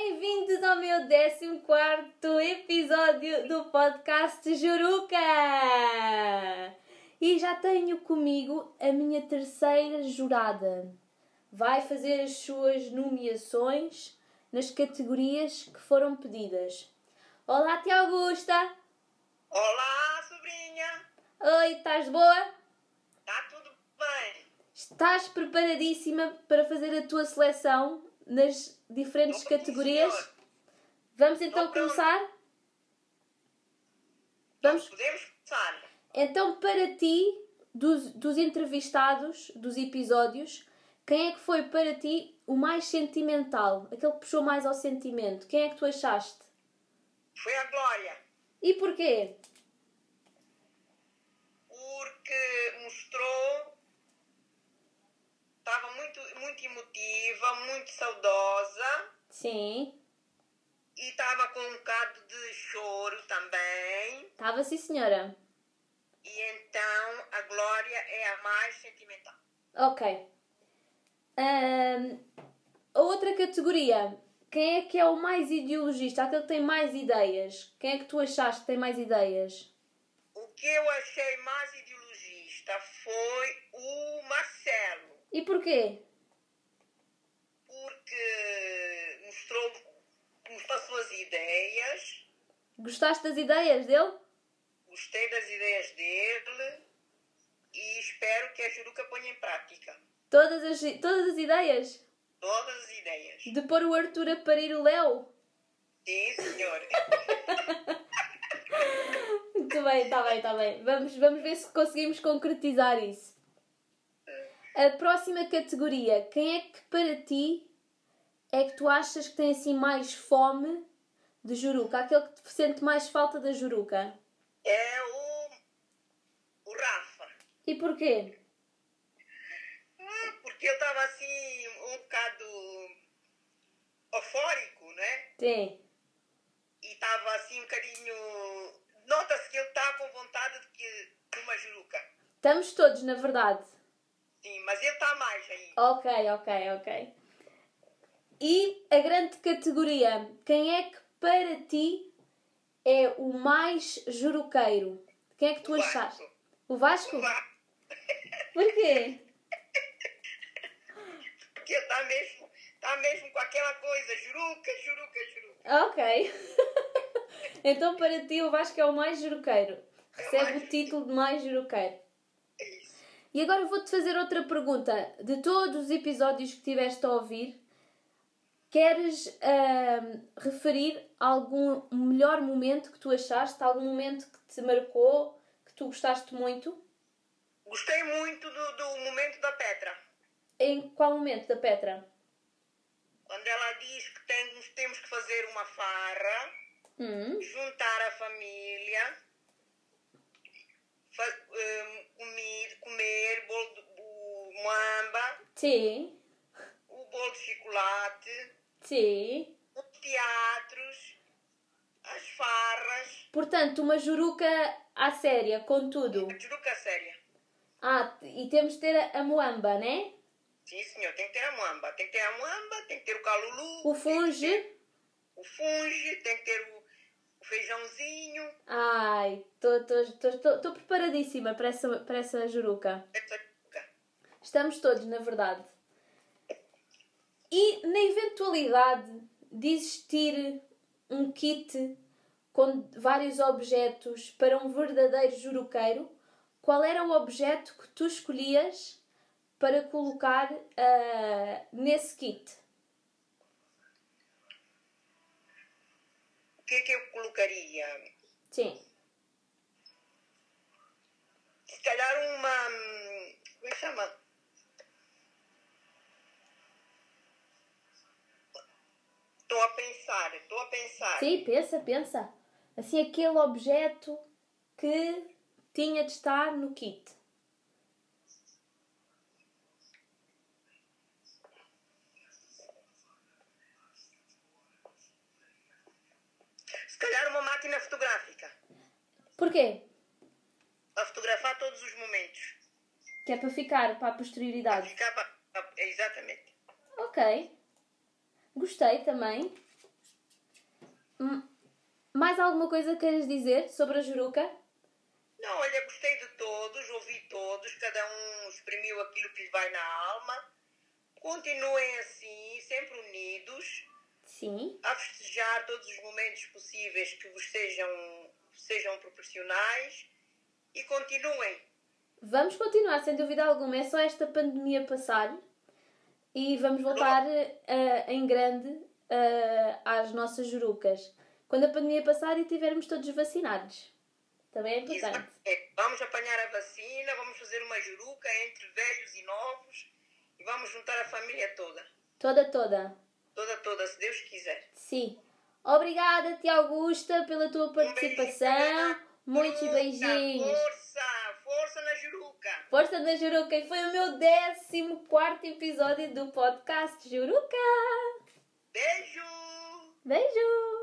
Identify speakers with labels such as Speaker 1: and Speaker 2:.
Speaker 1: Bem-vindos ao meu 14 episódio do podcast Juruca! E já tenho comigo a minha terceira jurada. Vai fazer as suas nomeações nas categorias que foram pedidas. Olá, Tia Augusta!
Speaker 2: Olá, sobrinha!
Speaker 1: Oi, estás boa?
Speaker 2: Está tudo bem?
Speaker 1: Estás preparadíssima para fazer a tua seleção nas diferentes
Speaker 2: Estou, sim,
Speaker 1: categorias?
Speaker 2: senhor.
Speaker 1: Vamos então
Speaker 2: Estou
Speaker 1: começar? Vamos?
Speaker 2: Podemos começar?
Speaker 1: Então, para ti, dos, dos entrevistados, dos episódios, quem é que foi para ti o mais sentimental? Aquele que puxou mais ao sentimento? Quem é que tu achaste?
Speaker 2: Foi a Glória,
Speaker 1: E porquê?
Speaker 2: porque mostrou. Estava muito, muito emotiva, muito saudosa
Speaker 1: Sim,
Speaker 2: e estava com um bocado de choro também.
Speaker 1: estava sim, senhora.
Speaker 2: E então a Glória é a mais sentimental.
Speaker 1: Ok. Ahm, a outra categoria. Quem é que é o mais ideologista? Aquele que tem mais ideias. Quem é que tu achaste que tem mais ideias?
Speaker 2: O que eu achei mais ideologista foi o Marcelo.
Speaker 1: E porquê?
Speaker 2: porque mostrou, mostrou as suas ideias,
Speaker 1: Gostaste das ideias dele?
Speaker 2: gostei das ideias dele e espero que a Juruca ponha em prática
Speaker 1: Todas as, todas as ideias?
Speaker 2: todas as ideias.
Speaker 1: De pôr o Arthur a parir o Léo?
Speaker 2: Sim, senhor.
Speaker 1: Muito bem, está bem, está bem. Vamos, vamos ver se conseguimos concretizar isso. A próxima categoria. Quem é que para ti é que tu achas que tem assim mais fome de juruca? Aquele que te sente mais falta da juruca?
Speaker 2: É o, o Rafa.
Speaker 1: E porquê?
Speaker 2: Hum, Porque ele estava assim um bocado eufórico, né?
Speaker 1: Sim.
Speaker 2: E estava assim um bocadinho. Nota-se que ele está com vontade de, que, de uma Juruca.
Speaker 1: Estamos todos, na verdade.
Speaker 2: Sim, mas ele está mais ainda.
Speaker 1: Ok, ok, ok. E a grande categoria. Quem é que para ti é o mais juruqueiro? Quem é que tu
Speaker 2: O Vasco.
Speaker 1: achaste? O Vasco?
Speaker 2: Vá.
Speaker 1: Porquê?
Speaker 2: Porque está mesmo, tá mesmo com aquela coisa, juruca, juruca, juruca.
Speaker 1: Ok. então para ti o Vasco é o mais juruqueiro. Recebe o
Speaker 2: mais-
Speaker 1: título de mais juruqueiro.
Speaker 2: É isso.
Speaker 1: E agora vou-te fazer outra pergunta. De todos os episódios que tiveste a ouvir, queres ahm, referir algum melhor momento que tu achaste? Algum momento que te marcou, que tu gostaste muito?
Speaker 2: Gostei muito do, do momento da Petra,
Speaker 1: Em qual momento da Petra?
Speaker 2: quando ela diz que tem, temos que fazer uma farra,
Speaker 1: Hum,
Speaker 2: juntar a família, fa- hum, comer, comer bolo de o mamba,
Speaker 1: sim,
Speaker 2: o bolo de chocolate,
Speaker 1: sim.
Speaker 2: os teatros, as farras,
Speaker 1: Portanto, uma juruca à séria, com tudo.
Speaker 2: a juruca séria.
Speaker 1: Ah, e temos de ter a, a moamba, né?
Speaker 2: Sim, senhor, tem que ter a mamba, tem que ter a mamba, tem que ter o calulu.
Speaker 1: O
Speaker 2: tem que ter-
Speaker 1: funge.
Speaker 2: o funge, tem que ter o, o feijãozinho,
Speaker 1: Ai, estou preparadíssima para essa, para essa juruca.
Speaker 2: essa coisa.
Speaker 1: Estamos todos, na verdade. E na eventualidade de existir um kit com vários objetos para um verdadeiro juruqueiro, qual era o objeto que tu escolhias para colocar ah, nesse kit?
Speaker 2: O que é que eu colocaria?
Speaker 1: Sim.
Speaker 2: Se calhar uma. hum, Como é que chama? Estou a pensar, estou a pensar.
Speaker 1: Sim, pensa, pensa. Assim, aquele objeto que tinha de estar no kit.
Speaker 2: Se calhar uma máquina fotográfica,
Speaker 1: Porquê?
Speaker 2: para fotografar todos os momentos.
Speaker 1: Que é para ficar para a posterioridade.
Speaker 2: é, Ficar pa- pa- Exatamente.
Speaker 1: Ok. Gostei também. Hum, Mais alguma coisa queiras dizer sobre a Juruca?
Speaker 2: Não, olha, gostei de todos, ouvi todos, cada um exprimiu aquilo que lhe vai na alma. Continuem assim, sempre unidos,
Speaker 1: Sim.
Speaker 2: a festejar todos os momentos possíveis que vos sejam, sejam proporcionais e continuem.
Speaker 1: Vamos continuar, sem dúvida alguma. É só esta pandemia passar e vamos voltar eh, em grande eh, às nossas jurucas. Quando a pandemia passar e tivermos todos vacinados. Também é importante.
Speaker 2: Exatamente. Vamos apanhar a vacina, vamos fazer uma juruca entre velhos e novos e vamos juntar a família toda.
Speaker 1: Toda, toda.
Speaker 2: Toda, toda, se Deus quiser.
Speaker 1: Sim. Obrigada, tia Augusta, pela tua participação. Muitos
Speaker 2: Juruca,
Speaker 1: beijinhos.
Speaker 2: Força, força na juruca.
Speaker 1: Força da Juruca e foi o meu 14 episódio do podcast Juruca.
Speaker 2: Beijo!
Speaker 1: Beijo!